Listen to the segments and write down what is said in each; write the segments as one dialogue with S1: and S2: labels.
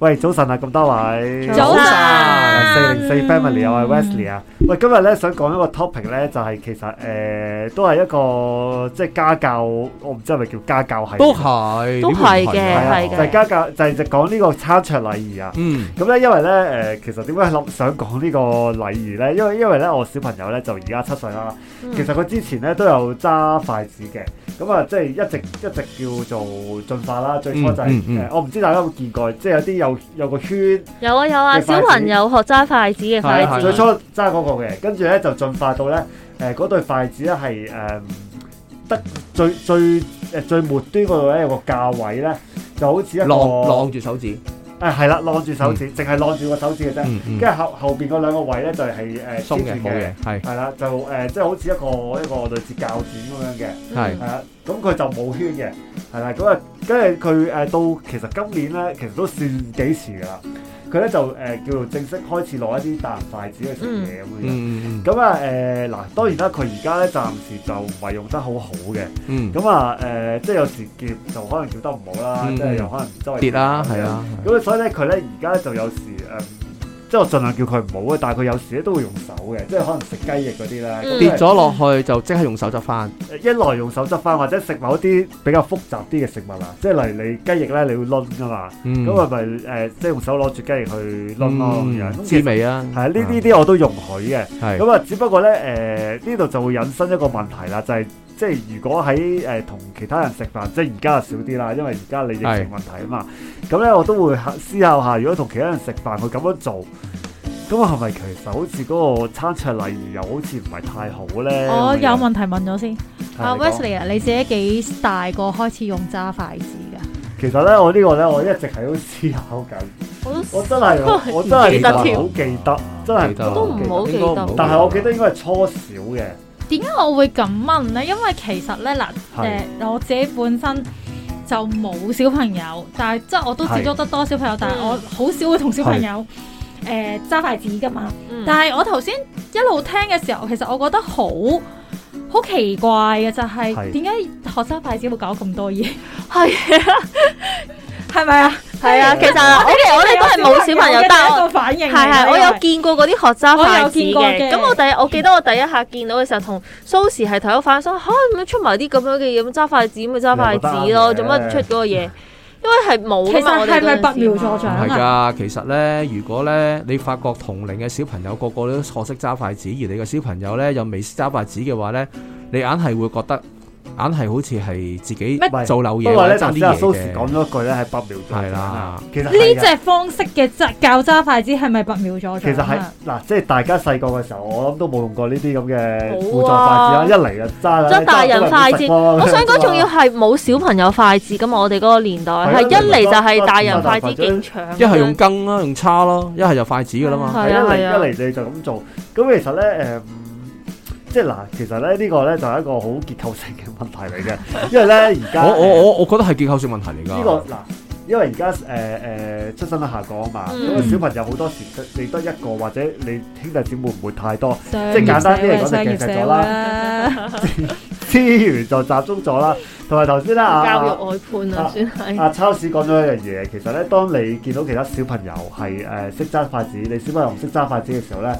S1: 喂，早晨啊，咁多位，
S2: 早晨
S1: 四零四 family 啊，我係 Wesley 啊。喂，今日咧想講一個 topic 咧，就係、其實誒、呃都係一個即係家教，我唔知係咪叫家教系，
S3: 都係，
S2: 都
S3: 點會唔
S2: 係嘅
S1: 係啊
S2: 係嘅
S1: 就係家教，就係、就講呢個餐桌禮儀啊。
S3: 嗯，
S1: 咁咧，因為咧，誒、呃其實點解諗想講呢個禮儀咧？因為因為咧，我小朋友咧就而家七歲啦。其實佢之前咧都有揸筷子嘅，咁啊，即係一直一直叫做進化啦。最初就係、
S3: 嗯嗯嗯
S1: 呃我唔知大家有冇見過，即係有啲有有個圈。
S2: 有啊有啊，
S1: 嘅筷
S2: 小
S1: 子
S2: 朋友學揸筷子嘅筷
S3: 係
S2: 子，
S1: 最初揸嗰個嘅，跟住咧就進化到咧誒嗰對筷子咧係誒得最最誒、呃最末端嗰度咧有個架位咧，就好似一個
S3: 晾晾住手指，
S1: 誒係啦，晾住手指，淨係晾住個手指嘅啫。
S3: 嗯嗯
S1: 跟，住後後邊嗰兩個位咧就係誒
S3: 鬆
S1: 貼
S3: 嘅
S1: 住
S3: 冇
S1: 嘅，
S3: 嘢，係
S1: 係啦，就誒、呃即係好似一個一個類似鉸剪咁樣嘅。
S3: 係
S1: 係啦，咁佢就冇圈嘅，係啦，咁啊，跟住佢誒到其實今年咧，其實都算幾遲噶啦，佢咧就誒、呃叫做正式開始攞一啲大人筷子去食嘢咁樣。
S3: 嗯嗯
S1: 咁啊誒嗱，當然啦，佢而家咧暫時就唔係用得好好嘅，
S3: 嗯
S1: 咁啊誒，即係有時叫就可能叫得唔好啦，
S3: 嗯
S1: 即係又可能周圍
S3: 跌啦，係啊，
S1: 咁所以咧，佢咧而家就有時誒、嗯即係我盡量叫佢唔好嘅，啊但係佢有時咧都會用手嘅，即係可能食雞翼嗰啲啦，咁啊
S2: 嗯
S3: 跌
S1: 係
S3: 咗落去就即刻用手執翻，
S1: 呃一來用手執翻，或者食某啲比較複雜啲嘅食物啊，即係例如你雞翼咧，你會攆噶嘛，
S3: 嗯
S1: 咁啊係咪誒呃即係用手攞住雞翼去攆咯咁樣？咁
S3: 滋
S1: 其實
S3: 味啊，
S1: 係啊呢啲啲我都容許嘅，
S3: 係
S1: 咁啊，只不過咧誒呢度就會引申一個問題啦，就係即係如果喺誒同其他人食飯，即係而家就少啲啦，因為而家你疫情問題啊嘛，咁咧我都會思考下，如果同其他人食飯，佢咁樣做。咁係咪其實好似嗰個餐桌禮儀又好似唔係太好咧？
S4: 我
S1: 咁樣
S4: 哦有問題問咗先。
S1: 係
S4: 阿
S1: 你講
S4: Wesley 啊，你自己幾大個開始用揸筷子㗎？
S1: 其實咧，我呢個咧，我一直喺度思考緊。
S2: 我都
S1: 我真係啊我我真係
S2: 記得
S1: 唔係
S2: 添
S1: 好記得，真係
S2: 我都唔好記得
S3: 應該唔好
S1: 但係我記得應該係初小嘅，
S4: 點解我會咁問呢？因為其實呢，嗱，誒、
S1: 係
S4: 我自己本身就冇小朋友，但係即係我都接觸得多小朋友，但係我好少會同小朋友誒揸、筷子㗎嘛。
S2: 但
S4: 但係我頭先一路聽嘅時候，其實我覺得好好奇怪嘅就
S1: 係
S4: 係點解學揸筷子會搞咁多嘢？
S2: 係啊
S4: 係咪啊？
S2: 係啊，其實我哋我哋都係冇小朋友，但係
S4: 係
S2: 我
S4: 個反應嚟
S2: 係
S4: 嘅啊呢
S2: 係
S4: 個
S2: 我有見過嗰啲學揸
S4: 我
S2: 筷
S4: 有
S2: 子
S4: 見過
S2: 嘅。
S4: 嘅
S2: 咁我第我記得我第一下見到嘅時候，同蘇時係睇到反心，嚇咁樣出埋啲咁樣嘅嘢，咁揸筷子咪揸筷子咯，
S1: 你覺得啱
S2: 做
S1: 嘅
S2: 乜出嗰個嘢？因為係冇
S4: 其
S2: 㗎嘛，
S4: 實
S2: 我哋
S4: 係咪
S2: 嗰陣
S4: 拔
S2: 時
S4: 苗助
S3: 唔
S4: 長
S3: 係
S4: 啊？
S3: 㗎，其實咧，如果咧你發覺同齡嘅小朋友個個都學識揸筷子，而你個小朋友咧又未識揸筷子嘅話咧，你硬係會覺得硬係好似係自己
S1: 乜
S3: 做漏嘢
S1: 不過
S3: 或
S1: 咧
S3: 者
S1: 頭
S3: 爭
S1: 先阿
S3: 啲
S1: 蘇
S3: 嘢
S1: 時
S3: 嘅。
S1: 講咗一句咧係拔苗助長
S3: 係啦，
S1: 其實係啊
S4: 呢
S1: 嘅
S4: 隻方式嘅揸教揸筷子係咪拔苗助長啊？
S1: 其實係嗱，即係大家細個嘅時候，我諗都冇用過呢啲咁嘅輔助筷子
S2: 冇
S1: 啦，
S2: 啊
S1: 一嚟就揸啦，
S2: 揸大人筷子
S1: 你揸多
S2: 我
S1: 兩隻
S2: 想講，仲要
S1: 啦
S2: 係冇小朋友筷子噶嘛？我哋嗰個年代
S1: 係啊
S2: 係一嚟就係大人筷子勁長，
S3: 一係用羹啦，用叉咯，一係就筷子噶啦嘛。
S2: 係
S1: 係
S2: 啊
S1: 一嚟
S2: 係啊，
S1: 一嚟你就咁做，咁其實咧誒。即係嗱，其實咧呢個咧就係一個好結構性嘅問題嚟嘅，因為咧而
S3: 我
S4: 嗯
S1: 家
S3: 我我我覺得係結構性問題嚟㗎。
S1: 呢、個嗱，因為而家誒誒出生率下降啊嘛，咁、
S2: 嗯
S1: 啊小朋友好多時得你得一個或者你兄弟姊妹唔會太多， 即
S4: 即
S1: 係簡單啲嚟講就
S4: 商業
S1: 夾實
S4: 社會啊
S1: 咗啦
S4: 啦。
S1: 資源就集中咗啦。同埋頭先啦，
S2: 教
S1: 阿
S2: 育外判啊，算係。
S1: 阿超市講咗一樣嘢，其實咧，當你見到其他小朋友係誒識揸筷子，你小朋友唔識揸筷子嘅時候咧，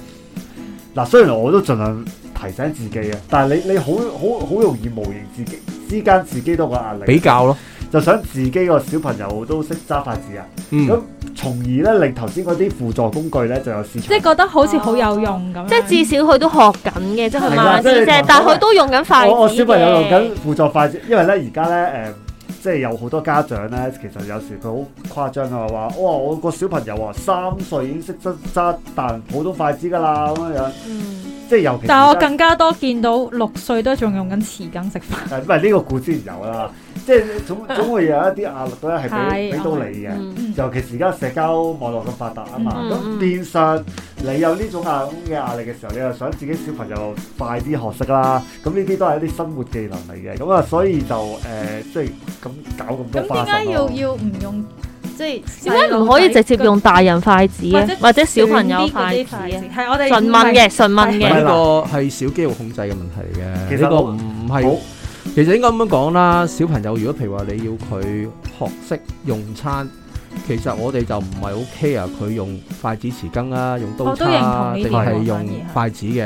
S1: 嗱雖然我都盡量提醒自己嘅，但係你你好好好容易無形自己之間自己都有個壓
S3: 比
S1: 力，
S3: 較咯，
S1: 就想自己個小朋友都識揸筷子啊。
S3: 嗯
S1: 咁從而咧令頭先嗰啲輔助工具咧就有市場。
S4: 即係覺得好似好有用咁樣。
S2: 即係至少佢都學緊嘅，即係佢
S1: 係啦
S2: 慢
S1: 即
S2: 啲
S1: 係
S2: 啫。但係佢都用緊筷子
S1: 我我小朋友用緊
S2: 嘅
S1: 輔助筷子，因為咧而家咧誒，即係有好多家長咧，其實有時佢好誇張啊，話哇我個小朋友啊三歲已經識得揸彈普通筷子㗎啦咁樣樣，
S2: 嗯
S1: 即係尤其
S4: 但係我
S1: 而家
S4: 更加多見到六歲都仲用緊匙羹食
S1: 誒
S4: 飯。
S1: 唔係呢個故之然有啦，即係 總總會有一啲壓力咧係俾
S4: 係
S1: 俾到你嘅。
S2: 嗯
S1: 尤其是而家社交網絡咁發達啊嘛，
S2: 嗯
S1: 咁、
S2: 嗯
S1: 變相你有呢種壓咁嘅壓力嘅時候，你又想自己小朋友快啲學識啦，咁呢啲都係一啲生活技能嚟嘅，咁啊，所以就誒、呃即係咁搞咁多
S4: 咁
S1: 花
S4: 點解
S1: 神
S4: 要
S1: 咯。
S4: 要唔用即係？
S2: 點解唔可以直接用大人筷子
S4: 或
S2: 啊
S4: 者，
S2: 或者小朋友筷
S4: 筷
S2: 子
S4: 子
S2: 啊？？
S4: 係我哋
S2: 純問嘅，純問
S3: 呢
S1: 係
S2: 嘅。
S1: 啦
S3: 個係小肌肉控制嘅問題
S1: 其
S3: 嚟嘅。
S1: 實
S3: 呢個
S1: 我
S3: 唔唔
S1: 好
S3: 係，其實應該咁樣講啦。小朋友如果譬如話你要佢學識用餐，其實我哋就唔係好 care 佢用筷子匙羹啊，用刀
S4: 我都
S3: 叉
S4: 認
S3: 啊
S4: 同呢
S3: 定
S4: 點
S3: 係
S4: 我
S3: 用
S4: 反而係
S3: 筷子嘅。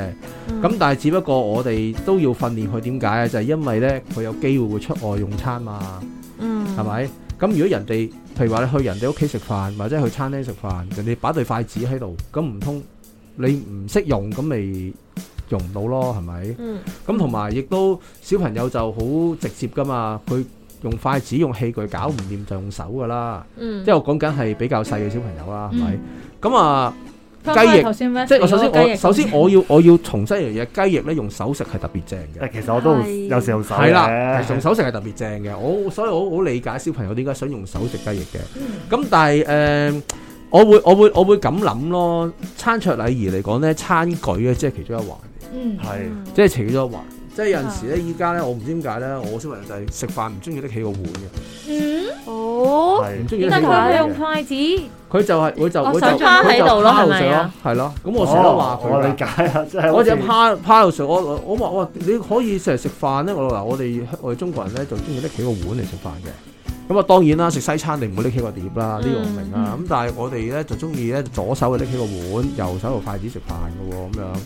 S2: 嗯
S3: 咁但係只不過我哋都要訓練佢點解啊？就係、因為咧佢有機會會出外用餐嘛，
S2: 嗯
S3: 係咪、咁如果人哋譬如話你去人哋屋企食飯，或者去餐廳食飯，人哋擺對筷子喺度，咁唔通你唔識用咁咪用唔到咯？係咪？
S2: 嗯
S3: 咁同埋亦都小朋友就好直接噶嘛，佢用筷子用器具搞唔掂就用手噶啦，
S2: 嗯
S3: 即係我講緊係比較細嘅小朋友啦，係咪
S4: 嗯？
S3: 咁啊，
S4: 翻
S3: 雞
S4: 返去
S3: 翼
S4: 頭先 Wesley
S3: 即係我首先
S4: 嗰個雞
S3: 我
S4: 翼
S3: 首先我要我要重申一樣嘢，雞翼咧用手食係特別正嘅。
S1: 其實我都
S2: 係
S1: 有時用手
S3: 係啦，
S1: 嘅
S3: 其實用手食係特別正嘅，我所以我好理解小朋友點解想用手食雞翼嘅。
S1: 嗯
S3: 咁但係誒、我會我會我會咁諗咯。餐桌禮儀嚟講咧，餐具咧即係其中一環。
S4: 嗯
S1: 係
S3: 即係除咗環，即係有陣時咧，依家咧，我唔知點解咧，我小朋友就係食飯唔中意拎起個碗嘅，
S4: 嗯，
S2: 哦
S1: 係
S3: 唔中意拎
S4: 但
S3: 起
S4: 係佢
S3: 個碗
S1: 點
S4: 會
S1: 解
S4: 用
S3: 嘅。
S4: 筷子，
S3: 佢就係佢就
S4: 我
S3: 佢就
S4: 想趴
S3: 佢就
S2: 喺度咯
S3: 趴
S2: 係咪啊
S3: 上係咯，咁我成日都話
S1: 哦我
S3: 佢
S1: 理
S3: 㗎。
S1: 解啊，即係
S3: 我就
S1: 就
S3: 趴趴喺度上，我我我話哇，你可以成日食飯咧。我話嗱，我哋我哋中國人咧就中意拎起個碗嚟食飯嘅。咁啊當然啦，食西餐你唔會拎起個碟啦，呢個我明啦。咁但係我哋咧就中意咧左手啊就拎起個碗，右手用啊筷子食飯嘅喎咁樣。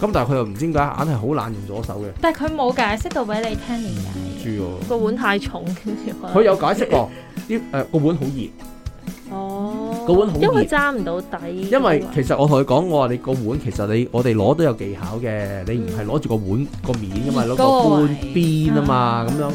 S3: 咁但係佢又唔知點解硬係好懶用左手嘅，
S4: 但係佢冇解釋到俾你聽點解。
S3: 唔知喎。
S2: 個碗太重，跟住可能
S3: 佢有解釋過，啲誒個碗好熱，
S2: 哦
S3: 個碗好熱
S2: 因為揸唔到底，
S3: 因為其實我同佢講，我話你個碗其實你我哋攞都有技巧嘅，你唔係攞住個碗個面噶嘛，攞個
S4: 個位
S3: 碗邊啊嘛咁樣
S4: 啊。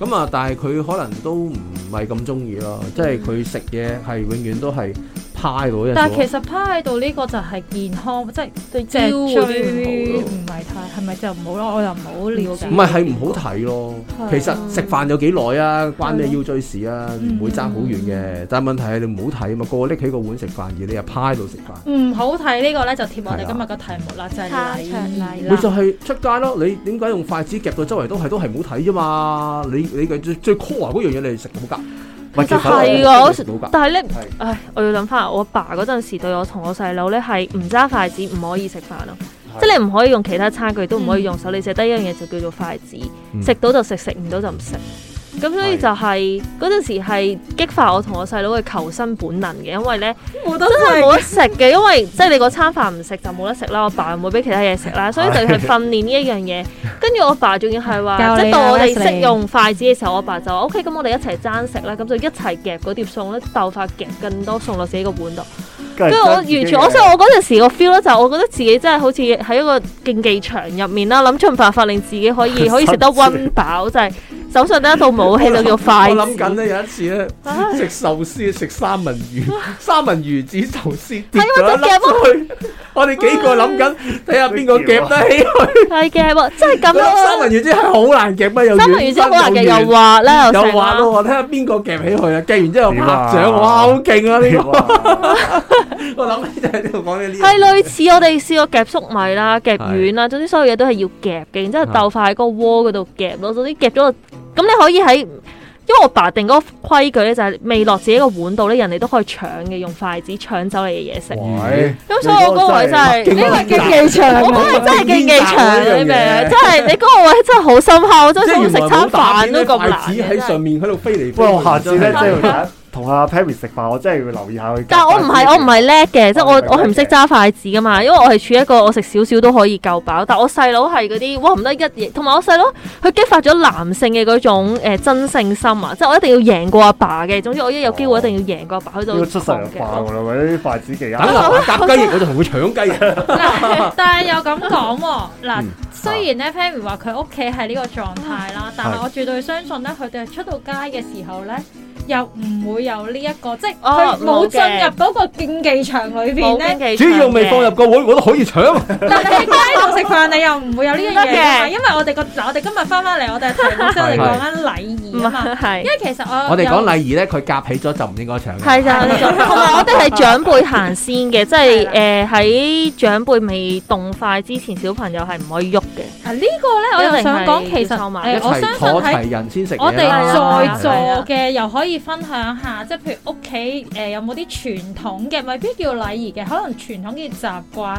S3: 咁啊，但係佢可能都唔係咁中意咯，即係佢食嘢係永遠都係派嗰
S4: 但係
S3: 陣時。
S4: 其實趴喺度呢個就係健康，即係
S2: 對
S4: 即
S2: 腰
S4: 係
S2: 嗰
S4: 最
S2: 啲唔好咯
S4: 唔係太係咪就唔好咯？我又唔好了解。
S3: 唔係係唔好睇咯，
S4: 啊
S3: 其實食飯有幾耐啊，關你腰椎事啊，
S4: 嗯
S3: 唔會爭好遠嘅。但係問題係你唔好睇啊嘛，個個拎起個碗食飯，而你又派喺度食飯。
S4: 唔好睇呢個咧，就貼我哋今日個題目啦，就
S2: 餐
S4: 係
S2: 桌
S4: 禮
S2: 禮
S4: 儀
S3: 咪
S4: 啦
S2: 啦。
S3: 就係出街咯！你點解用筷子夾到周圍都係都係唔好睇啫嘛？你你嘅最最 core 嗰樣嘢你食到㗎，
S1: 唔係其
S2: 就
S1: 實
S2: 係
S1: 我
S2: 㗎，
S3: 食到
S2: 我
S3: 㗎
S2: 但係咧
S3: 係，
S2: 唉，我要諗翻我阿爸嗰陣時對我同我細佬咧係唔揸筷子唔可以食飯咯，即係你唔可以用其他餐具，都唔可以用手，你寫得一樣嘢就叫做筷子，
S3: 嗯
S2: 食到就食，食唔到就唔食。咁所以就係嗰陣時係激發我同我細佬嘅求生本能嘅，因為咧
S4: 冇得
S2: 真係冇得食嘅，因為即係你嗰餐飯唔食就冇得食啦，我爸又唔會俾其他嘢食啦，所以就係訓練呢一樣嘢。跟住我爸仲要係話，
S4: 教
S2: 即係
S4: 你啦
S2: 到我哋
S4: Leslie
S2: 識用筷子嘅時候，我爸就話：OK，咁我哋一齊爭食啦，咁就一齊夾嗰碟餸咧，鬥法夾更多餸落自己個碗度。
S1: 跟
S2: 跟住我完全，我想我嗰陣時個 feel 咧，就係我覺得自己真係好似喺一個競技場入面啦，諗盡辦法令自己可 以可以食得温飽，就係手上得一套武器就叫筷
S3: 我
S2: 子。
S3: 諗緊咧有一次咧
S2: 唉
S3: 食壽司食三文魚， 三文魚子壽司跌
S2: 係
S3: 咗
S2: 啊
S3: 一粒出去，我哋幾個諗緊睇下邊個
S1: 啊
S3: 夾得起佢。
S2: 係啊嘅，喎真係咁
S3: 嗰粒三
S2: 咯
S3: 文。魚真係好難夾啊乜，又
S2: 三文魚真
S3: 軟
S2: 係好難
S3: 又
S2: 嘅，
S3: 軟
S2: 又滑啦，
S3: 又
S2: 成啊
S3: 滑
S2: 啦
S3: 咯！我睇下邊個夾起佢啊！夾完之後拍
S1: 點啊
S3: 掌，哇，好勁啊！ 呢
S1: 呢
S3: 個我諗起就係呢度講嘅呢樣嘢。
S2: 係類似我哋試過夾粟米啦、夾丸啦，總之所有嘢都係要夾嘅，然之後鬥快喺個鍋嗰度夾咯，總之夾咗個咁你可以喺，因為我爸定嗰個規矩咧就係未落自己個碗度咧，人哋都可以搶嘅，用筷子搶走你嘅嘢食。
S3: 喂
S2: 咁所以我嗰個位真係
S1: 你
S2: 呢
S1: 嗰個
S2: 個
S1: 真係
S4: 競技場
S2: 我 嗰個真係競技場，你明唔明啊？真係你嗰個位真係好深刻，我真
S3: 即
S2: 係想
S3: 係原來
S2: 食
S3: 冇
S2: 餐
S3: 打
S2: 飯
S3: 邊
S2: 都
S3: 咧
S2: 咁
S3: 筷
S2: 難
S3: 子
S2: 嘅
S3: 喺上面喺度飛嚟飛去。
S1: 不過我下次咧，
S3: 真
S1: 即
S3: 係
S1: 係要同阿 Perry 食飯，我真係要留意下佢。
S2: 但係我唔係我唔係叻嘅，即係我
S1: 哦你唔係
S2: 我係唔識揸筷子噶嘛，因為我係處於一個我食少少都可以夠飽，但我細佬係嗰啲哇唔得一嘢，同埋我細佬佢激發咗男性嘅嗰種誒真性心啊，即係我一定要贏過阿爸嘅，總之我一有機會一定要贏過阿爸，佢就
S1: 要出神入化
S2: 狂
S1: 㗎啦，喂！啲筷子技巧
S3: 等。我夾雞翼，我就同佢搶 雞翼。
S4: 嗱，但係又咁講喎，嗱
S3: 嗯，
S4: 雖然咧 Perry 話佢屋企係呢個狀態啦，但嗯係我絕對相信咧，佢哋出到街嘅時候咧，又唔會有呢一個，即係
S2: 哦
S4: 佢冇
S2: 冇嘅
S4: 進入嗰個競技場裏邊
S2: 冇
S4: 咧
S2: 經。紀
S3: 只要未放入個碗，我都可以搶。
S4: 但你喺街度食飯，你又唔會有呢樣嘢㗎嘛？
S2: 得嘅
S4: 因為我哋個嗱，我哋今日翻翻嚟，我哋嘅題目即係我哋講緊禮
S2: 唔
S4: 儀啊嘛。
S2: 係
S4: 因。為其實我
S3: 我哋講
S4: 啊有
S3: 禮儀咧，佢夾起咗就唔應該搶嘅。
S2: 係就係呢種同埋我哋係長輩行先嘅，即係誒喺長輩未動筷之前，小朋友係唔可以喐嘅。
S4: 啊呢個咧，我又想講
S2: 一定係
S4: 其實
S2: 要收埋
S3: 一
S4: 誒，我
S3: 齊
S4: 相信
S3: 坐
S4: 喺
S3: 齊人先食嘢啦。啊
S4: 我哋在座
S2: 係啊
S4: 嘅又可以分享下，即係譬如屋企誒有冇啲傳統嘅，未必叫禮儀嘅，可能傳統嘅習慣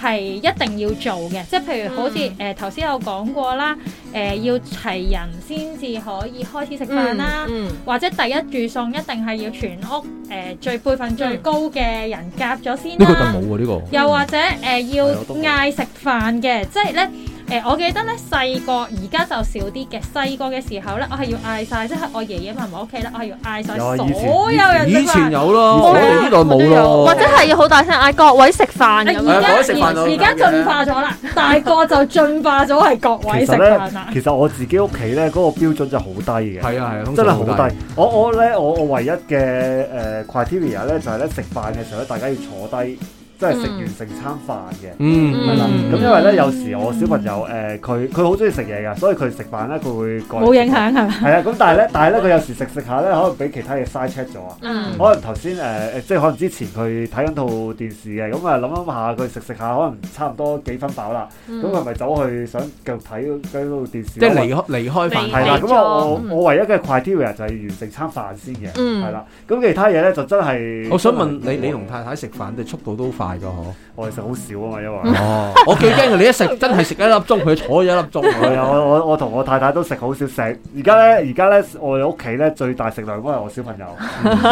S4: 係一定要做嘅，即係譬如好似誒頭先有講過啦，誒、要齊人先至可以開始食飯啦。
S2: 嗯，
S4: 或者第一住餸一定係要全屋誒、呃最輩份最高嘅人夾咗先
S3: 呢個就
S4: 啦，
S3: 冇喎呢個。
S4: 又或者誒、要
S1: 啊
S3: 係我都冇
S4: 嗌食飯嘅，即係咧誒，我記得咧細個而家就少啲嘅，細個嘅時候咧，我係要嗌晒，即係我爺爺嫲嫲屋企咧，我係要嗌晒
S1: 有啊以前
S4: 所有人
S3: 以
S4: 食
S3: 前
S4: 飯。
S3: 有咯，
S1: 以
S3: 我
S1: 前
S3: 哋呢度冇咯。
S2: 或者係好大聲嗌各位食飯
S4: 而
S2: 咁
S3: 係啊
S2: 樣。
S3: 各位食
S4: 家
S3: 飯都
S4: 而家進化咗啦，大個就進化咗係各位
S1: 其
S4: 食
S1: 實
S4: 飯啊啦
S1: 咧，。其實我自己屋企咧嗰個標準就好低嘅。
S3: 啊係啊係啊，通常
S1: 真係好
S3: 都係
S1: 低。我我咧，我我唯一嘅誒、呃 criteria 咧，就係咧食飯嘅時候咧，大家要坐低，即係食完
S2: 嗯
S1: 成餐飯嘅。
S3: 嗯
S1: 係啦，
S2: 嗯
S1: 咁因為咧有時我小朋友誒佢佢好中意食嘢㗎，所以佢食飯咧佢會過嚟
S4: 冇影。響係咪？
S1: 係啊，咁但係咧，但係咧佢有時食食下咧，可能俾其他嘢嘥 check 咗啊。
S2: 嗯
S1: 可能頭先誒誒，即係可能之前佢睇緊套電視嘅，咁啊諗諗下佢食食下，可能差唔多幾分飽啦，咁
S2: 嗯
S1: 佢咪走去想繼續睇嗰嗰套電視
S3: 即
S1: 咯？
S3: 係離開離開
S1: 係
S3: 飯
S2: 係
S1: 啦，
S2: 啦
S3: 台
S1: 咁我
S2: 嗯
S1: 我我唯一嘅 criteria 就係完成餐飯先嘅，
S2: 嗯
S1: 係啦。咁其他嘢咧就真係，
S3: 我想問你，你同太太食飯嘅速度都快㗎嗬？
S1: 我哋食好少啊嘛，因為。
S3: 哦，我最驚係你一食真係食一粒鐘，佢坐咗一粒
S1: 係
S3: 鐘。
S1: 啊，我我我同我太太都食好少食，而家咧而家咧我哋屋企咧最大食量都係我小朋友，佢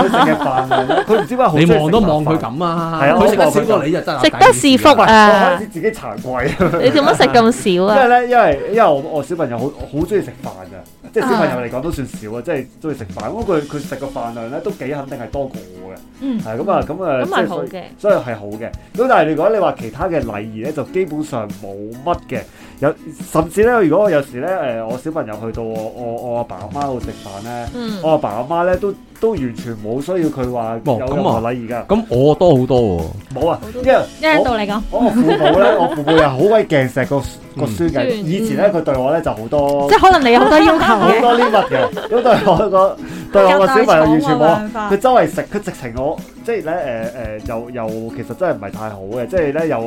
S1: 食嘅飯量呢，佢唔知點解好
S3: 你
S1: 鍾意食
S3: 望都
S1: 飯
S3: 望佢，咁啊，
S1: 係啊
S3: 佢食得
S1: 我望佢
S3: 少過
S1: 咁
S3: 你就真係
S2: 食得是福
S1: 喂
S2: 啊
S1: 我開始自己慚愧，
S2: 你做乜食咁少
S1: 因為
S2: 啊？
S1: 咧因為因為我我小朋友好好中意食飯嘅，即係小朋友嚟講都算少啊，即係中意食飯，咁佢佢食嘅飯量咧都幾肯定係多過我嘅，
S4: 嗯，
S1: 係咁啊咁啊，
S2: 咁
S1: 即係
S2: 係
S1: 所
S2: 好
S1: 以
S2: 嘅。
S1: 所以係好嘅。咁但係如果你話其他嘅禮儀咧，就基本上冇乜嘅。有甚至咧，如果我有時咧，誒、我小朋友去到我我我阿爸阿媽度食飯咧，
S2: 嗯
S1: 我阿爸阿媽咧都都完全冇需要佢話有
S3: 冇咁
S1: 任何
S3: 啊
S1: 禮儀㗎，
S3: 咁我多好多喎。
S1: 冇啊
S2: 好，多
S1: 因為
S4: 一陣
S1: 我
S4: 到你講，
S1: 我父母 咧，我父母又好鬼鏡錫個個
S3: 嗯
S1: 孫嘅。
S2: 孫
S1: 以前咧，佢對我咧就好多
S4: 即係可能你有好多要求
S1: 好
S4: 嘅，
S1: 多呢物嘅，咁對我個 對我個小朋友完全冇啊。
S4: 法
S1: 佢周圍食，佢直情我即係咧誒誒，又又其實真係唔係太好嘅，即係咧又誒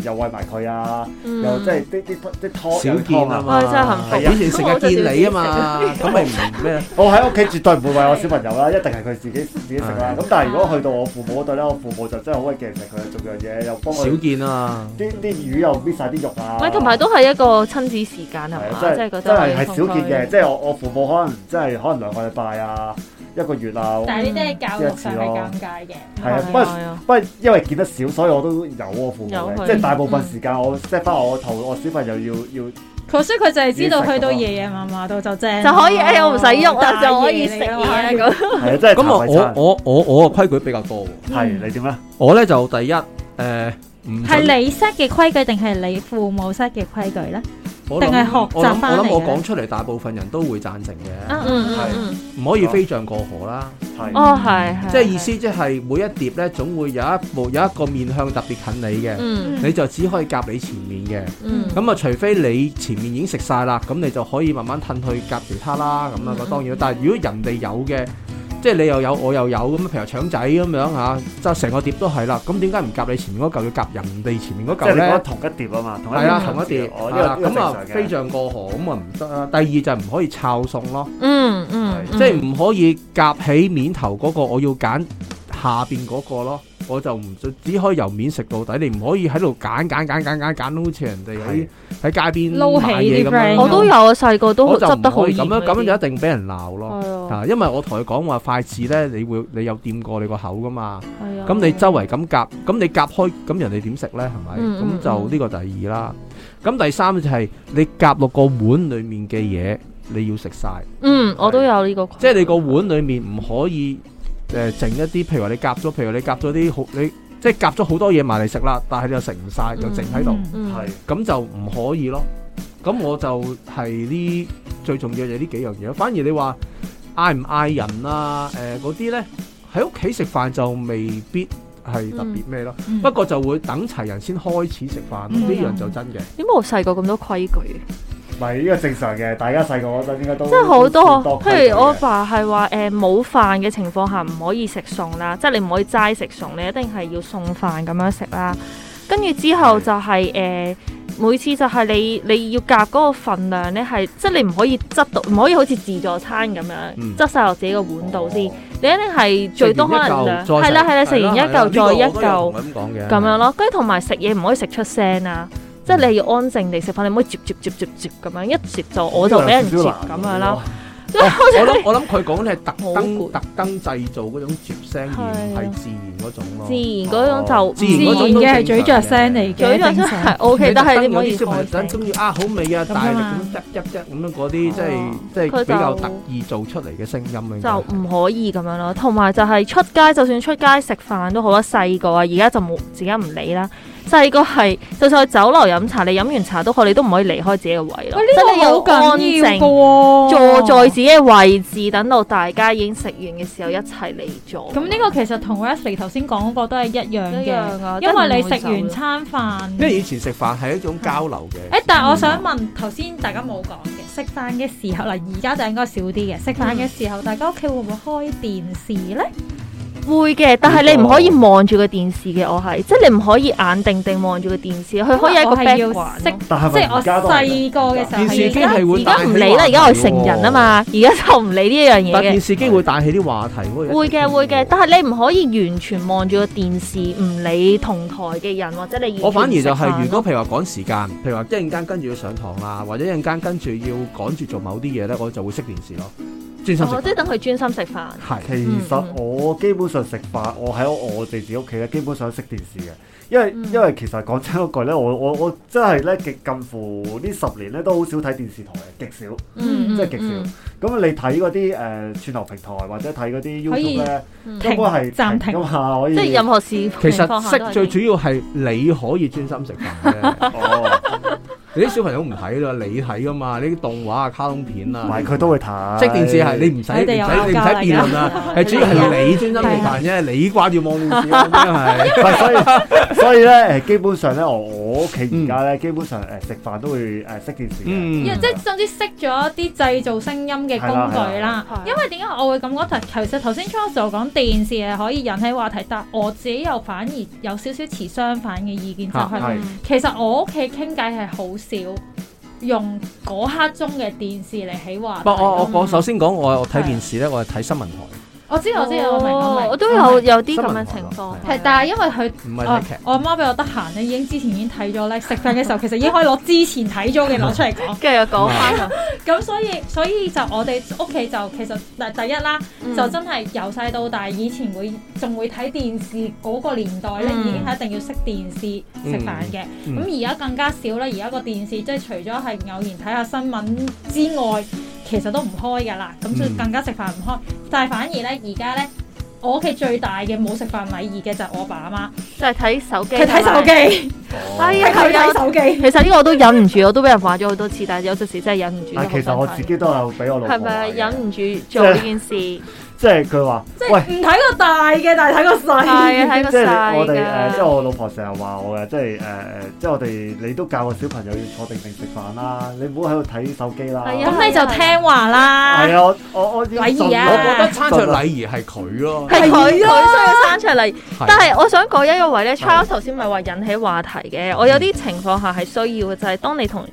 S1: 誒、又餵埋佢啊，
S2: 嗯
S1: 又即係啲啲啲
S4: 哦
S1: 湯
S3: 少見啊嘛，
S2: 哇真係幸
S3: 以
S2: 福
S3: 前成日見你啊嘛， 咁咪唔咩？
S1: 我喺屋企絕對唔會餵我小朋友啦，一定係佢自己自己食
S3: 啊
S1: 啦。咁但係如果去到我父母嗰度咧，我父母就真係好鬼勁食佢，做樣嘢又幫
S3: 少
S1: 佢
S3: 見 啊！
S1: 啲啲魚又搣晒啲肉啊。
S2: 喂，同埋都係一個親子時間係
S1: 係
S2: 嘛？
S1: 啊
S2: 即
S1: 真係
S2: 係覺
S1: 真
S2: 得
S1: 係係少見嘅，即係我我父母可能真係可能兩個禮拜啊，一個月啊。
S4: 但係呢啲喺教育上係尷尬嘅。
S1: 係啊不過
S2: 啊，
S1: 不過因為見得少，所以我都有我父母嘅
S2: 有佢嗯
S1: 即係大部分時間我 set 翻我頭，我小朋友要要
S4: 佢所以佢就係知道去到爺爺嫲嫲度就正，
S2: 就可以誒，我唔使喐啦，
S4: 大爺嚟㗎
S2: 就可以食嘢咁。
S1: 係啊，真係
S3: 咁
S1: 大胃
S3: 啊
S1: 餐，
S3: 我我嗯我我嘅規矩比較多喎。
S1: 係你點啊咧？
S3: 我咧就第一誒
S4: 係
S3: 唔準
S4: 你 set 嘅規矩定係你父母 set 嘅規矩咧？
S3: 我
S4: 定係
S3: 諗
S4: 學習
S3: 我諗
S4: 返嚟
S3: 我諗
S4: 嘅
S3: 我講出嚟，大部分人都會贊成嘅，
S4: 啊
S2: 嗯嗯嗯，
S3: 唔可以飛象過河啦。
S1: 係
S2: 哦係係，
S3: 即係意思即係每一碟咧，總會有一部有一個面向特別近你嘅，
S2: 嗯
S3: 你就只可以夾你前面嘅。
S2: 嗯
S3: 咁啊，除非你前面已經食晒啦，咁你就可以慢慢褪去夾其他啦。咁啊
S2: 嗯，
S3: 當然，但係如果人哋有嘅，即係你又有我又有咁，譬如腸仔咁樣嚇，就成個碟都係啦。咁點解唔夾你前面嗰嚿，要夾人哋前面
S1: 即
S3: 嗰
S1: 係
S3: 嚿
S1: 你講
S3: 咧？
S1: 同一碟啊嘛，同一
S3: 係
S1: 碟
S3: 啦，
S1: 同
S3: 同一碟
S1: 哦
S3: 係啦
S1: 呢個呢
S3: 咁
S1: 個
S3: 啊，
S1: 正
S3: 飛
S1: 常嘅。
S3: 象過河咁啊唔得啦。第二就唔可以抄餸咯。
S2: 嗯嗯，
S3: 即係唔可以夾起面頭嗰個，我要揀下邊嗰個咯，我就唔只可以由面食到底，你唔可以喺度揀揀揀揀揀揀，好似人哋喺喺街邊
S4: 撈起
S3: 買嘢
S4: 啲
S3: 咁
S4: friend
S3: 樣。
S2: 我都有啊，細個都
S3: 我就
S2: 執
S3: 唔
S2: 得好
S3: 可以
S2: 嚴
S3: 咁樣，
S2: 嗰啲
S3: 咁樣就一定俾人鬧咯。
S2: 係啊
S3: 啊，因為我同佢講話筷子咧，你會你有掂過你個口噶嘛，
S2: 係啊，
S3: 咁你周圍咁夾，咁你夾開，咁人哋點食咧？係咪？
S2: 嗯嗯
S3: 咁就
S2: 嗯
S3: 呢個第二啦。咁第三就係你夾落個碗裡面嘅嘢，你要食晒。
S2: 嗯，我都有呢個規矩，
S3: 即係你個碗裡面唔可以誒整、一啲，譬如話你夾咗，譬如你夾咗啲好，你即係夾咗好多嘢埋嚟食啦，但係你又食唔晒，又剩喺度，
S4: 嗯
S2: 嗯
S1: 係
S3: 咁就唔可以咯。咁我就係呢最重要嘅呢幾樣嘢咯。反而你話嗌唔嗌人啊，誒嗰啲呢，喺屋企食飯就未必係特別咩咯。
S4: 嗯
S3: 不過就會等齊人先開始食飯咯，
S4: 嗯
S3: 呢樣就真嘅。
S2: 點解我細個咁多規矩？
S1: 唔係呢個正常嘅，大家細個嗰陣應該都
S2: 即嗯係好
S1: 都
S2: 多，譬如我阿
S1: 規矩嘅
S2: 爸係話誒冇飯嘅情況下唔可以食餸啦，即係你唔可以齋食餸，你一定係要餸飯咁樣食啦。跟住之後就係誒每次就係你你要夾嗰個份量咧，係即係你唔可以執到，唔可以好似自助餐咁樣
S3: 嗯
S2: 執晒落自己個碗度先。你一定係最多可能兩
S3: 食完一嚿再
S2: 係啦係啦，食完一嚿再一嚿
S3: 咁講嘅，
S2: 咁樣。咯。跟住同埋食嘢唔可以食出聲啊，即係你係要安靜地食飯，你唔可以接接接接接咁樣一接就我就俾人接咁樣啦。
S1: 哦
S3: 我諗我諗佢講咧係特
S2: 好
S3: 登
S2: 攰
S3: 特登製造嗰種接聲，而唔係自然嗰種咯。
S2: 自然嗰種就
S3: 哦自然
S4: 自然
S3: 嗰種都
S4: 嘅係咀嚼聲嚟
S2: 嘴
S4: 嘅，
S2: 上
S4: 正
S2: 真
S4: 常
S2: 係 O K，但係你唔可
S3: 有
S2: 以
S3: 啲小朋友
S2: 開
S3: 真
S2: 聲。
S3: 中意啊，好味啊，
S4: 咁
S3: 大力
S4: 啊
S3: 咁嗒嗒嗒咁樣嗰啲，即係
S2: 哦
S3: 即
S2: 佢
S3: 係
S2: 就
S3: 比較特意做出嚟嘅聲音應該
S2: 就唔可以咁樣咯，同埋就係出街，就算出街食飯都好啦。細個啊，而家就冇，而家唔理啦。細個係就算去酒樓飲茶，你飲完茶都好，你都唔可以離開自己嘅位咯。即係
S4: 喂，
S2: 你
S4: 呢個
S2: 要
S4: 好
S2: 安
S4: 緊要
S2: 靜，
S4: 嘅
S2: 坐
S4: 喎，
S2: 在自己嘅位置，等到大家已經食完嘅時候一齊嚟做。
S4: 咁呢個其實同 Wesley 頭先講嗰個都係一樣
S2: 一
S4: 嘅，
S2: 樣啊，
S4: 因為
S2: 真係
S4: 你
S2: 唔會
S4: 食完
S2: 走
S4: 餐飯，
S3: 因為以前食飯係一種交流嘅。
S4: 誒，但係我想問，頭先大家冇講嘅，食飯嘅時候嗱，而家就應該少啲嘅。食飯嘅時候，大家屋企會唔會開電視咧？
S2: 會嘅，但係你唔可以望住個電視嘅，我係即係你唔可以眼定定望住個電視，嗯佢可以係一啊個
S4: 我係要
S2: background
S4: 識
S2: 咯。
S1: 但係
S4: 即
S1: 咪
S4: 係我
S1: 而家都
S4: 細個嘅時候
S3: 電視機
S4: 係
S3: 係會
S2: 而家
S3: 帶
S2: 唔
S3: 起
S2: 理啦，
S3: 話
S2: 而
S3: 題
S2: 家我
S3: 喎
S2: 係成人啊，
S3: 哦
S2: 嘛，而家就唔理呢樣嘢
S3: 但
S2: 嘅
S3: 電。視機會帶起啲話題喎。
S2: 嗯會嘅會嘅，但係你唔可以完全望住個電視，唔理同台嘅人或者你完全
S3: 我反而就係、
S2: 唔食飯
S3: 如果譬如話趕時間，譬如話一陣間跟住要上堂啦，或者一陣間跟住要趕住做某啲嘢咧，我就會熄電視咯，專心食
S2: 哦即係
S3: 飯。
S2: 等佢專心食飯。
S3: 係
S4: 嗯
S1: 其實我基本上食飯，我喺我哋自己屋企咧，基本上熄電視嘅，因為、
S2: 嗯
S1: 因為其實講真嗰句咧，我我我真係咧極近乎呢十年咧都好少睇電視台嘅，極少。
S2: 嗯，
S1: 即係極少
S2: 嗯
S1: 咁你睇嗰啲誒串流平台或者睇嗰啲
S4: 可以
S1: YouTube 咧，
S2: 嗯
S1: 根本係
S4: 暫停
S1: 㗎嘛，可以。
S2: 即係任何事
S3: 其實
S2: 情況下都係
S3: 熄最主要係你可以專心食飯 啫
S1: 哦，
S3: 你啲小朋友唔睇啦，你睇噶嘛？呢啲動畫啊、卡通片
S1: 唔
S3: 啊，
S1: 係佢都會睇。
S3: 熄電視係你唔使
S4: 你哋有
S3: 唔
S4: 拗
S3: 使你唔使
S4: 交啦
S3: 辯論啦，係主要係你專心食飯啫，你掛住望電視啦，真係。
S1: 唔係，啊所 以所以咧誒，基本上咧，我我屋企而家咧，基本上誒食飯都會誒熄電視嘅。
S3: 嗯
S4: 因為即係甚至熄咗一啲製造聲音嘅工具啦
S2: 係啦係啦。
S4: 因為點解我會咁講？其實頭先 Charles 就講電視係可以引起話題，但我自己又反而有少少持相反嘅意見，就
S3: 嚇
S4: 係、
S1: 係
S4: 其實我屋企傾偈係好少用嗰刻鐘嘅電視嚟起話題
S3: 不，我我
S4: 咯。
S3: 我首先講，我我睇電視咧，我係睇新聞台，
S4: 我哦知我知我明我
S2: 哦
S4: 明，
S2: 我都有有啲
S3: 新聞
S2: 咁嘅
S3: 台
S2: 情況
S3: 咯。
S4: 係，但係因為佢。
S3: 唔係
S4: 我
S3: 睇劇。
S4: 我阿媽俾我得閒咧，已經之前已經睇咗咧，食飯嘅時候其實已經可以攞之前睇咗嘅攞出嚟講，
S2: 跟住又講翻啦，
S4: 咁所以所以就我哋屋企就其實嗱第一啦，
S2: 嗯
S4: 就真係由細到大，以前會仲會睇電視嗰個年代咧，
S2: 嗯
S4: 已經係一定要熄電視食飯嘅。
S3: 嗯
S4: 咁而家更加少啦，而家個電視即係除咗係偶然睇下新聞之外，其實都唔開㗎啦。咁所以
S3: 嗯
S4: 更加食飯唔開，但係反而咧而家咧。我屋企最大嘅冇食飯禮儀嘅就係我阿爸阿媽，
S2: 就係睇手機。
S4: 佢睇手。機，
S2: 哎
S1: 哦
S4: 係
S2: 呀，
S4: 佢
S2: 係
S4: 睇
S2: 啊。
S4: 手機。
S2: 其實呢個我都忍唔住，我都俾人話咗好多次，但係有陣時真係忍唔住。
S1: 但啊其實我自己都啊有俾我老婆
S2: 係咪
S1: 話嘅
S2: 忍唔住做呢件事？
S1: 即係佢話：喂，
S4: 唔睇個大嘅，但係睇個細
S2: 係啊，睇個
S1: 即係
S2: 晒
S1: 你我哋誒，即係
S2: 㗎。
S1: 我老婆成日話我嘅，呃即係誒誒，即係我哋你都教個小朋友要坐定定食飯啦，你唔好喺度睇手機啦。
S2: 係啊
S4: 咁你就聽話啦。
S1: 係啊，我我我要
S4: 禮儀啊
S3: 我覺得
S1: 盡
S3: 餐桌禮儀係佢咯，
S2: 係佢佢需
S4: 係啊
S2: 要生出嚟。
S3: 係 啊
S2: 但係我想講一個位咧
S1: 係
S2: ，Charles 頭先咪話引起話題
S1: 嗯
S2: 嘅，我有啲情況下係需要嘅，就係、當你同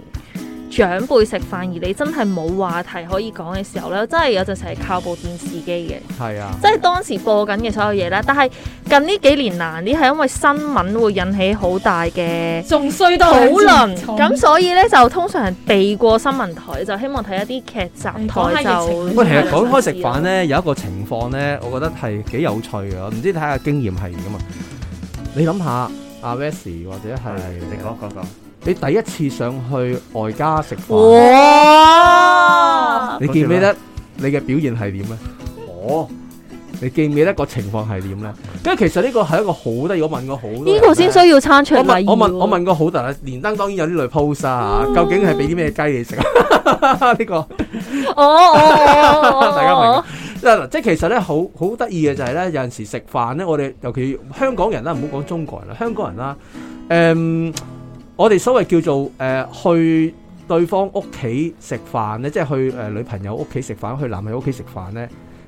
S2: 長輩食飯而你真係冇話題可以講嘅時候咧，真係有陣時係靠部電視機嘅，
S3: 係啊，
S2: 即係當時播緊嘅所有嘢啦。但係近呢幾年難啲，係因為新聞會引起好大嘅。
S4: 仲衰到
S2: 討論咁，所以咧就通常係避過新聞台，就希望睇一啲劇集台就。
S4: 講下疫情
S3: 不 過其實講開食飯咧，有一個情況咧，我覺得係幾有趣嘅，我唔知睇下經驗係咁啊。你諗下，阿 Wes 或者係
S1: 係你講講講，
S3: 你第一次上去外家食
S2: 哦
S3: 飯，
S4: 哦啊
S2: 哇！
S3: 你記唔記得你嘅表現係點咧？
S1: 我
S3: 你記唔記得個情況係點咧？因為其實呢個係一個好得意，我問過好多人咧
S2: 呢個先需要餐桌
S3: 我
S2: 禮
S3: 問
S2: 儀
S3: 我問
S2: 喎
S3: 我問過好多人，連登當然有呢類 pose 啊，究竟係俾啲咩雞你食啊？ 呢個
S2: 哦哦哦哦
S3: 大家明
S2: 哦，
S3: 即係即係其實咧，好好得意嘅就係咧，有陣時食飯咧，我哋尤其香港人啦，唔好講中國人啦，香港人啦，誒、我哋所謂叫做誒、去對方屋企食飯咧，即係去誒、呃女朋友屋企食飯，去男朋友屋企食飯咧，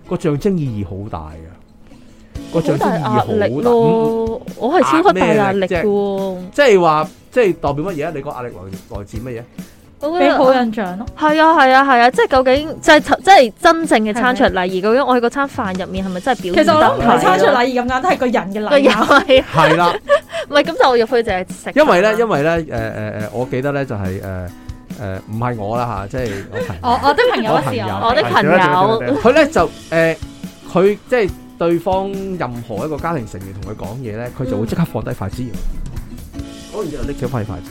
S3: 個象徵意義好大嘅。個象
S2: 好
S3: 徵
S2: 大
S3: 意義
S2: 壓
S3: 好
S2: 力
S3: 大。嗯
S2: 咯，我係超級大壓力嘅喎。
S3: 即係話，即係代表乜嘢？啊你個壓力來來自乜嘢？
S2: 我覺
S4: 俾
S2: 得
S4: 好印象咯。
S2: 啊係啊係啊係啊！即係究竟即係即係真正嘅餐桌禮儀，究竟我喺嗰餐飯入面係咪真係表
S4: 其實我諗唔係
S2: 餐
S4: 餐桌禮儀啊咁簡單，係個人嘅
S2: 個
S4: 禮
S2: 人
S4: 儀。
S2: 係啊
S3: 係啦，
S2: 唔係咁就我入去淨係食飯。 啊
S3: 因為咧，因為咧，誒誒誒，呃我記得咧就係誒誒，唔係我啦吓，即係我朋
S2: 哦
S3: 友
S4: 我我的朋友嗰時
S3: 我
S4: 候，
S2: 我的朋友
S3: 佢咧就誒，呃佢、即係對方任何一個家庭成員同佢講嘢咧，佢就會即刻放低筷子，講完之後拎起翻筷子。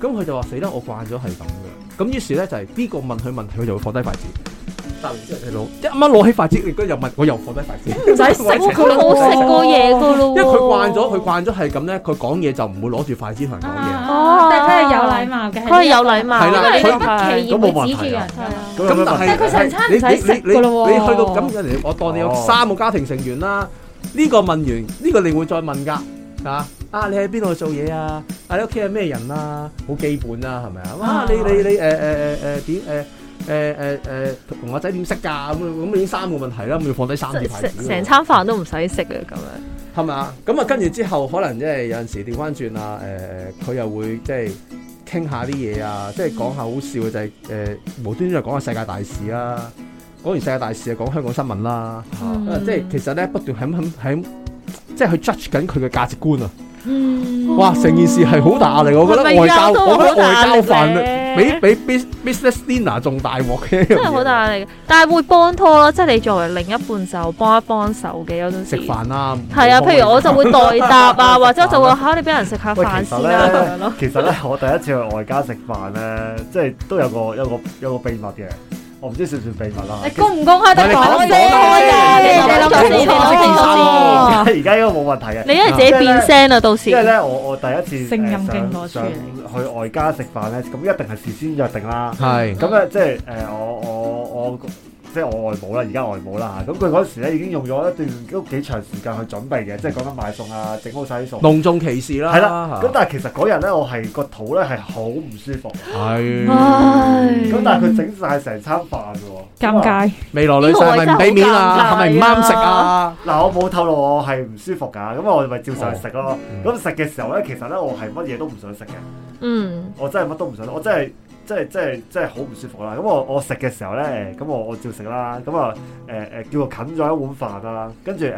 S3: 咁佢就話：死啦，我慣咗係咁嘅。咁於是咧就係、呢個問佢問題，佢就會放低筷子。答完之後，佢攞一蚊攞起筷子，亦都又問我又放低筷子。
S4: 唔使食
S2: 我佢冇食過嘢噶咯喎，
S3: 因為佢慣咗，佢慣咗係咁咧，佢講嘢就唔會攞住筷子同人講嘢。
S4: 啊但係佢係有禮貌嘅，
S2: 佢係有禮貌，
S3: 係啦
S4: 因為你
S2: 佢
S4: 不期
S1: 咁冇
S4: 然
S1: 問
S4: 會
S1: 題
S4: 指住人
S1: 啊
S4: 㗎嘛。
S1: 咁有
S3: 咁
S1: 咩問
S3: 但
S1: 題
S3: 係
S4: 但係佢成餐唔使食
S3: 你你
S4: 㗎咯喎
S3: 你去到咁，人哋我當你有
S1: 哦
S3: 三個家庭成員啦，呢、個問完，呢、個你會再問㗎啊啊！你喺邊度做嘢啊？啊你屋企係咩人啊？好基本啦、係咪啊？哇！
S4: 啊
S3: 你你你誒誒誒誒點誒誒誒誒同我仔點識㗎？咁咁已經三個問題啦，咁要放低三字牌子
S2: 成
S3: 喎
S2: 成餐飯都唔使食嘅咁樣。
S3: 係咪啊？咁啊，跟住之後可能即係有陣時調翻轉啊，誒、誒，佢又會即係傾下啲嘢啊，即係講下好笑嘅就係、誒、無端端就講下世界大事啦，講完世界大事就講香港新聞啦，
S1: 嗯
S3: 啊即係其實咧不斷喺喺喺。即係去 judge 緊佢嘅價值觀啊！
S4: 嗯
S3: 哇，成件事係好大壓力，我覺
S2: 係
S3: 得
S2: 咪
S3: 外交，
S2: 有都
S3: 我覺得
S2: 好大
S3: 外
S2: 壓
S3: 交
S2: 力
S3: 犯
S2: 咧
S3: 比比 bus- business dinner 仲大鑊嘅一樣嘢，
S2: 真係好大壓力，但係會幫拖咯，即係你作為另一半就幫一幫手嘅有陣
S3: 食
S2: 時。
S3: 飯啦，
S2: 係啊，譬如我就會代答啊，或者我就
S3: 食飯
S2: 會
S3: 啦
S2: 嚇你俾人食下
S1: 喂
S2: 飯
S1: 其實
S2: 先啦
S1: 咧
S2: 咁樣咯。
S1: 其實咧，我第一次去外家食飯咧，即係都有個有個有個秘密嘅，我唔知算唔算秘密啦。
S4: 你公唔公開得講
S3: 喂你講開㗎你
S2: 你諗下先
S4: 你
S2: 你諗
S4: 諗
S2: 下先
S4: 下
S1: 而家而家應該冇問題嘅。
S2: 你因為自己變聲啊，到時
S1: 因為咧，我我第一次
S4: 聲音
S1: 呃
S4: 經過
S1: 上
S4: 處
S1: 上去外家食飯咧，咁一定係事先約定啦。
S3: 係
S1: 咁咧，即係誒、我我我即係我外母啦，而家外母啦嚇。咁佢嗰時咧已經用咗一段都幾長時間去準備嘅，即係講緊買餸啊，整好晒啲餸。
S3: 隆重其事啦，
S1: 係啦，咁但係其實嗰日咧，我係個肚咧係好唔舒服，
S3: 係
S4: 唉
S1: 咁但係佢整晒成餐飯喎。
S4: 嗯尷
S1: 咁啊。
S4: 尬，
S3: 未來女婿係咪唔俾面啊？係咪唔啱食啊？
S1: 嗱，我冇透露我係唔舒服㗎，咁我咪照常食
S4: 哦
S1: 咯
S3: 嗯。
S1: 咁食嘅時候咧，其實咧我係乜嘢都唔想食嘅。
S2: 嗯
S1: 我真係乜都唔想，我真係真係真係真係好唔舒服啦。咁我我食嘅時候咧，咁我我照食啦。咁啊誒誒叫我啃咗一碗飯啦，跟住誒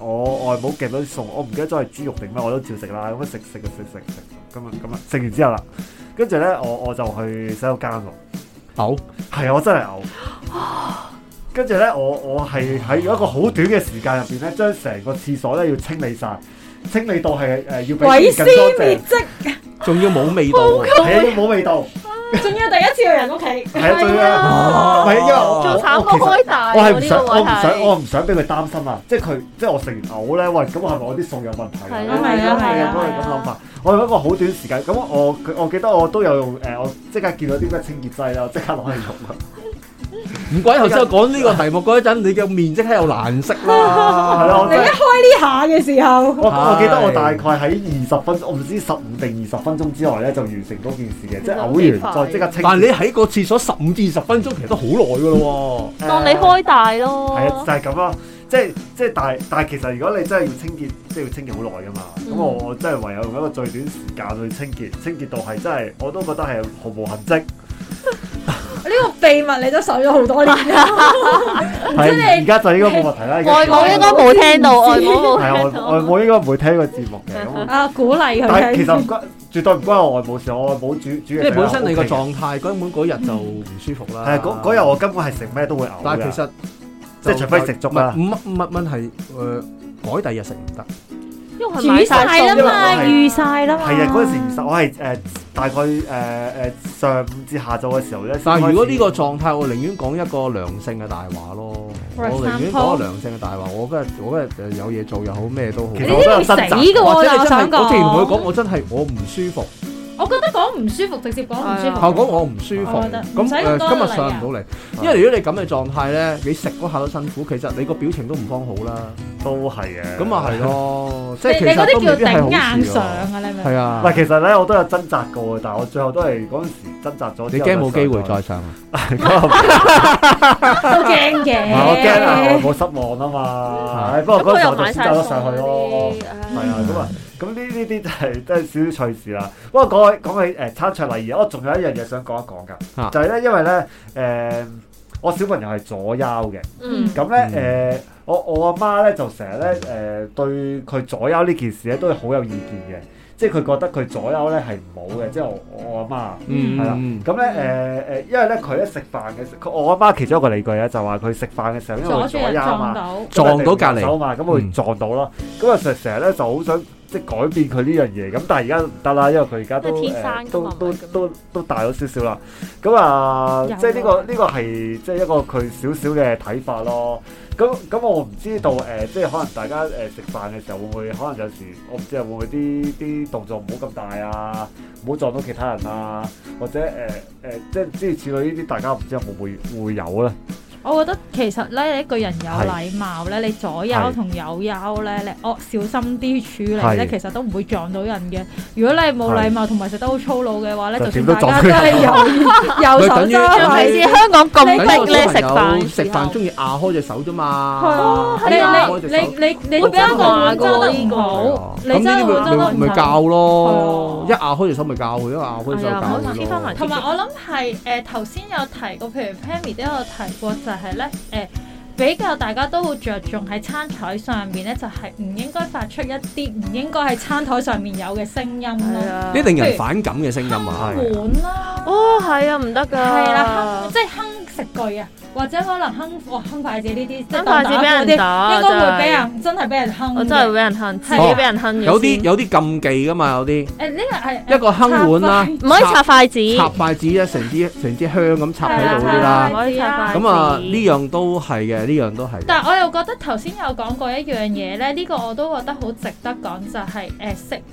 S1: 誒我外母夾咗啲餸，我唔記得咗係豬肉定咩，我都照食啦。咁樣食食食食食，咁啊咁啊食完之後啦，跟住咧我我就去洗手間喎，
S3: 好，
S1: 係啊我真係嘔。跟住咧，我我係喺一個好短嘅時間入邊咧，將成個廁所咧要清理晒，清理到係誒、要俾
S4: 毀屍
S1: 更乾
S4: 滅
S1: 淨，
S4: 跡，
S3: 仲要冇味道喎。
S1: 係啊冇味道。
S4: 仲要第一次去人屋企，
S1: 係啊，最啊，
S3: 啊
S1: 唔係因為我
S2: 仲哦慘
S1: 我
S2: 過
S1: 其實
S2: 開大
S1: 我
S2: 喎
S1: 係唔
S2: 呢
S1: 想，
S2: 個
S1: 我唔想，我
S2: 位
S1: 唔想俾佢擔心啊！即係佢，即係我食完嘔咧，喂，咁我係咪我啲餸有問題
S2: 係
S1: 啊？
S2: 啊
S4: 係啊係啊
S1: 咁
S2: 係
S1: 咁
S2: 啊
S1: 諗法。我有一個好短時間，咁我佢我記得我都有用誒，我即刻見到啲咩清潔劑啦，我即刻攞嚟用 啊！
S3: 唔怪頭先我講呢個題目嗰一陣，你嘅面色係有難色
S2: 哦
S1: 係
S3: 啦。
S1: 啦，我
S4: 你
S1: 真
S4: 一
S1: 係
S4: 開呢下嘅時候，
S1: 我我記得我大概喺二十分，我唔知十五定二十分鐘之內咧就完成嗰件事嘅，即係嘔完再即刻清潔。
S3: 但係你喺個廁所十五至二十分鐘，其實都好耐噶咯
S1: 誒
S2: 當你開大
S1: 係啊，
S2: 咯
S1: 就，係咁咯。即係即係，但係但係其實如果你真係要清潔，即係要清潔好耐噶嘛。咁、
S2: 嗯
S1: 我我真係唯有用一個最短時間去清潔，清潔到係真係我都覺得係毫無痕跡。
S4: 呢個秘密你都守咗好多年，
S1: 係而家就應該冇問題 啦。而家
S2: 外母應該冇聽到，外母
S1: 係啊
S2: 冇
S1: 外
S2: 聽
S1: 外
S2: 到。
S1: 母應該唔會聽個節目 嘅。咁
S4: 啊鼓勵
S1: 但係
S4: 佢
S1: 其
S4: 聽
S1: 實唔。關，絕對唔關我外母事，我外母煮煮
S3: 喎。
S1: 嘅。
S3: 即係本身你個狀態根本嗰日就唔舒服啦。
S1: 係啊嗰嗰日我根本係食咩都會嘔
S3: 但
S1: 嘅
S3: 係其實
S1: 即係除非食粥啦
S3: 唔唔問問題誒，改第二日食唔得。
S2: 因為佢買
S4: 煮晒
S2: 曬餸啊
S4: 啦
S1: 因為我
S4: 嘛，
S1: 係
S4: 預晒啦嘛。
S1: 係啊，嗰陣時其實我係誒、大概誒誒、上午至下晝嘅時候咧。
S3: 但係如果呢個
S1: 個
S3: 狀態，我寧願講一個良性嘅大話咯。我
S4: For
S3: 寧願講個良性嘅大話。我今日我今日誒有嘢做又好咩都好。
S1: 其
S4: 你
S1: 實
S4: 呢
S1: 我都
S4: 啲
S1: 有掙扎
S4: 會死嘅喎，
S3: 我真
S4: 我
S3: 係
S4: 想
S3: 真
S4: 講。
S3: 係，我之前同佢講，我真係我唔舒服。
S4: 我覺得講唔舒服，直接講唔舒
S2: 係啊
S4: 服。
S3: 後講我唔舒服，
S4: 我覺得
S3: 咁
S4: 唔使
S3: 誒、
S4: 咁多
S3: 今
S4: 理
S3: 日
S4: 由
S3: 上唔到嚟，因為如果你咁嘅狀態咧，你食嗰下都辛苦，其實你個表情都唔方好啦。
S1: 都係嘅。
S3: 咁啊係咯，即
S4: 你
S3: 係其
S4: 你嗰
S3: 實都
S4: 啲
S3: 未
S4: 叫
S3: 必係
S4: 頂
S3: 好
S4: 硬
S3: 事
S4: 上
S3: 喎。
S4: 啊，你明？
S5: 係啊
S1: 唔，係，其實咧我都有掙扎過嘅，但係我最後都係嗰陣時掙扎咗。
S5: 你驚冇機會再？上啊？
S4: 都驚嘅。
S1: 唔係我驚啊！我冇失望啊嘛。唉不過
S2: 咁
S1: 嗰陣時我
S2: 佢又
S1: 就
S2: 買
S1: 選
S2: 晒
S1: 擇咗
S2: 餸
S1: 上去咯
S2: 嗰。啲，
S1: 係
S2: 唉
S1: 啊，咁啊，咁呢呢啲就係都係少少趣事啦。不過講起講起誒餐桌禮儀，我仲有一樣嘢想講一講
S5: 啊
S1: 㗎，就係咧，因為咧誒我小朋友係左優嘅，
S2: 嗯，
S1: 咁咧誒我我阿媽咧就成日咧誒對佢左優呢件事咧都係好有意見嘅，即係佢覺得佢左優咧係唔好嘅，即係我我阿媽。啊
S5: 嗯，
S1: 係啦
S5: 嗯
S1: 咁咧誒誒，因為咧佢咧食飯嘅時，佢我阿媽其中一個理據咧就話佢食飯嘅時候，因為
S4: 阻
S1: 佢
S4: 住
S1: 左
S4: 人
S1: 優
S4: 撞
S1: 嘛。
S4: 到，
S3: 撞到隔離
S1: 手嘛，咁會
S5: 嗯
S1: 撞到咯。咁啊成成日咧就好想即係改變佢呢樣嘢，咁但係而家唔得啦，因為佢而家都
S2: 因為天生㗎嘛
S1: 誒都都
S2: 唔係咁啊
S1: 都都大咗少少啦。咁啊
S4: 有，
S1: 即係呢個
S4: 啊
S1: 呢個係即係一個佢少少嘅睇法咯。咁咁我唔知道誒、呃即係可能大家誒食飯嘅時候會唔會可能有時我唔知啊，會唔會啲啲動作唔好咁大啊，唔好撞到其他人啊，或者誒誒、呃即係諸如此類呢啲，大家唔知有冇會會有咧？
S4: 我覺得其實咧，你一個人有禮貌咧，你左右同右右咧，你惡小心啲處理咧，
S1: 係
S4: 其實都唔會撞到人嘅。如果你係冇禮貌同埋食得好粗魯嘅話咧，
S1: 就
S4: 就
S1: 點
S4: 算
S1: 都
S4: 大
S1: 撞到
S4: 家都
S1: 人
S4: 係右右手
S3: 等於
S4: 揸
S3: 等
S4: 埋
S3: 於
S2: 尤其是香港咁
S4: 你
S3: 等於
S2: 逼咧
S3: 個
S2: 食
S3: 小朋友
S2: 飯，
S3: 食飯中意亞開隻手啫嘛
S4: 哦，
S2: 係啊
S4: 你你你你你
S2: 會俾人
S4: 揸個碗
S2: 話㗎
S4: 揸得
S2: 呢
S4: 唔
S2: 個
S4: 好，你
S3: 咁呢
S4: 揸
S3: 啲
S4: 個碗揸得
S3: 咪
S4: 唔
S3: 咪咪
S4: 好。
S3: 教咯，一
S4: 係
S3: 壓開隻手咪教佢，一壓開隻手
S2: 係
S3: 教
S2: 啊
S3: 佢
S2: 好似翻埋
S3: 咯。
S4: 同埋我諗係誒頭先有提過，譬如 Pammy 都有提過，就係咧誒比較大家都好着重喺餐台上面咧，就係、唔應該發出一啲唔應該喺餐台上面有嘅聲音
S2: 係
S4: 咯，
S2: 啊
S3: 啲令人反感嘅聲音啊，
S1: 係
S4: 碗啦，
S2: 哦，係啊，啊唔得㗎，
S4: 係啦，哼即係哼食具啊，或者可能哼我哼筷子呢啲，即係
S2: 咁筷子俾人
S4: 打
S2: 打，啊
S4: 鼓嗰啲，應該會俾
S2: 真係，
S4: 人真係俾人哼嘅。
S2: 我真係會俾人恨，自
S3: 哦
S2: 己俾人恨咗
S3: 有啲
S2: 先
S3: 有啲禁忌噶嘛，有
S4: 誒
S3: 啲
S4: 呢個係呃
S3: 一個坑碗啦，
S2: 唔可以插筷子，
S3: 插筷子咧，成支成支香咁插喺度嗰啲
S4: 係
S3: 啦
S4: 啊。
S2: 唔可以插筷子。
S3: 咁啊，呢樣都係嘅，呢樣都係嘅。
S4: 但係我又覺得頭先有講過一樣嘢咧，呢、個我都覺得好值得講，就係、誒、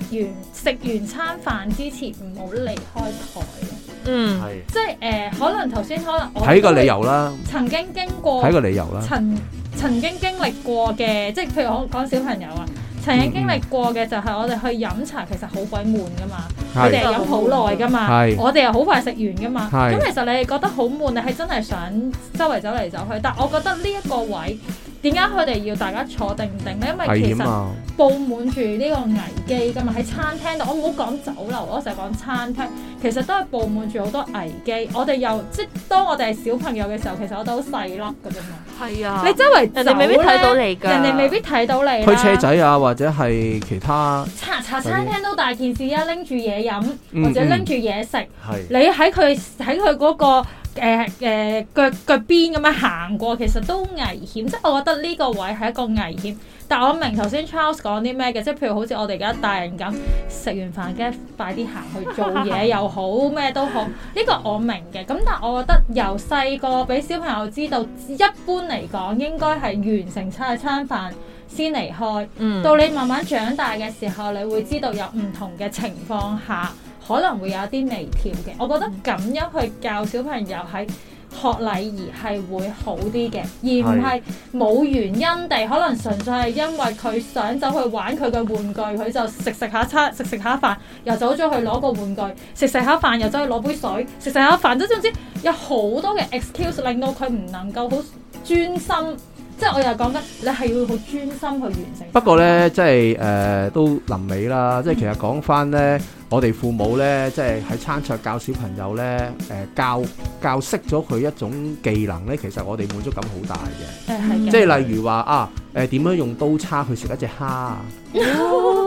S4: 食完食完餐飯之前唔好離開台咯，
S2: 嗯，
S1: 係
S4: 即係誒、呃可能頭先可能我
S3: 睇個理，由啦，
S4: 曾經經過
S3: 睇個理由啦。
S4: 曾曾經經歷過嘅，即係譬如我講小朋友啊，曾經經歷過嘅就係我哋去飲茶其實好鬼悶噶嘛，佢哋
S3: 係
S4: 係飲好耐噶嘛，
S3: 係
S4: 我哋又好快食完噶嘛，
S3: 係
S4: 咁其實你係覺得好悶，你係真係想周圍走嚟走去，但我覺得呢一個位。點解佢哋要大家坐定定咧？因為
S3: 危
S4: 其
S3: 險
S4: 實
S3: 啊！
S4: 佈滿住呢個危機噶嘛，喺餐廳度，我唔好講酒樓，我成日講餐廳，其實都係佈滿住好多危機。我哋又即係當我哋係小朋友嘅時候，其實我哋好細粒噶啫嘛。
S2: 係啊，
S4: 你周圍
S2: 人哋未必睇到
S4: 你，
S2: 你㗎，
S4: 人哋未必睇到你啦。
S3: 推車仔啊，或者係其他
S4: 茶茶餐廳都大件事啊，拎住嘢飲
S3: 嗯
S4: 或者拎住嘢食，
S1: 係。
S4: 你喺佢喺佢嗰個誒誒腳腳邊咁樣啊行過，其實都危險。即係我覺得呢個位係一個危險。但我明頭先 Charles 講啲咩嘅，即係譬如好似我哋而家大人咁，食完飯梗係快啲行去做嘢又好，咩都好，呢、個我明嘅。咁但係我覺得由細個俾小朋友知道，一般嚟講應該係完成餐餐飯先離開。
S2: 嗯
S4: 到你慢慢長大嘅時候，你會知道有唔同嘅情況下可能會有一啲微調嘅。我覺得咁樣去教小朋友喺學禮儀係會好啲嘅，而唔係冇原因地，可能純粹係因為佢想走去玩佢嘅玩具，佢就食食下餐，食食下飯，又走咗去攞個玩具，食食下飯又走去攞杯水，食食下飯，即總之有好多嘅 excuse 令到佢唔能夠好專心。即係我又講緊，你係要好專心去完成。
S3: 不過咧，即係誒、呃都臨尾啦，即係其實講翻咧，我哋父母咧，即係喺餐桌教小朋友咧，誒、教教識咗佢一種技能咧，其實我哋滿足感好大嘅。
S4: 誒嗯係嘅
S3: 即係例如話啊，誒、點樣用刀叉去食一隻蝦啊？
S2: 哦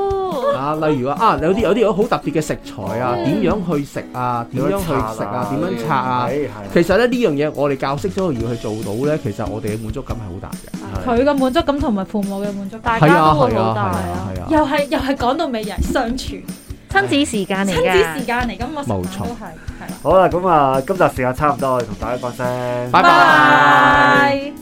S3: 啊，例如話啊，有啲有啲好特別嘅食材啊，
S4: 嗯
S3: 點樣去食啊？點樣去食啊？點樣拆啊？其實咧呢樣嘢，我哋教識咗佢要去做到咧，其實我哋嘅滿足感係好大嘅。
S4: 佢嘅滿足感同埋父母嘅滿足
S2: 大
S4: 感，
S3: 係
S2: 家
S3: 啊，
S2: 都會
S3: 係
S2: 好
S3: 啊，係
S2: 大
S3: 啊
S2: 啊，，
S3: 係啊。
S4: 又係又係講到尾人相處，親
S2: 親子時間嚟㗎，
S4: 子時間嚟，咁我食
S3: 冇
S4: 飯
S3: 錯
S4: 都係係啦。
S1: 好啦，咁啊，今集時間差唔多，我哋同大家講聲，
S3: 拜拜。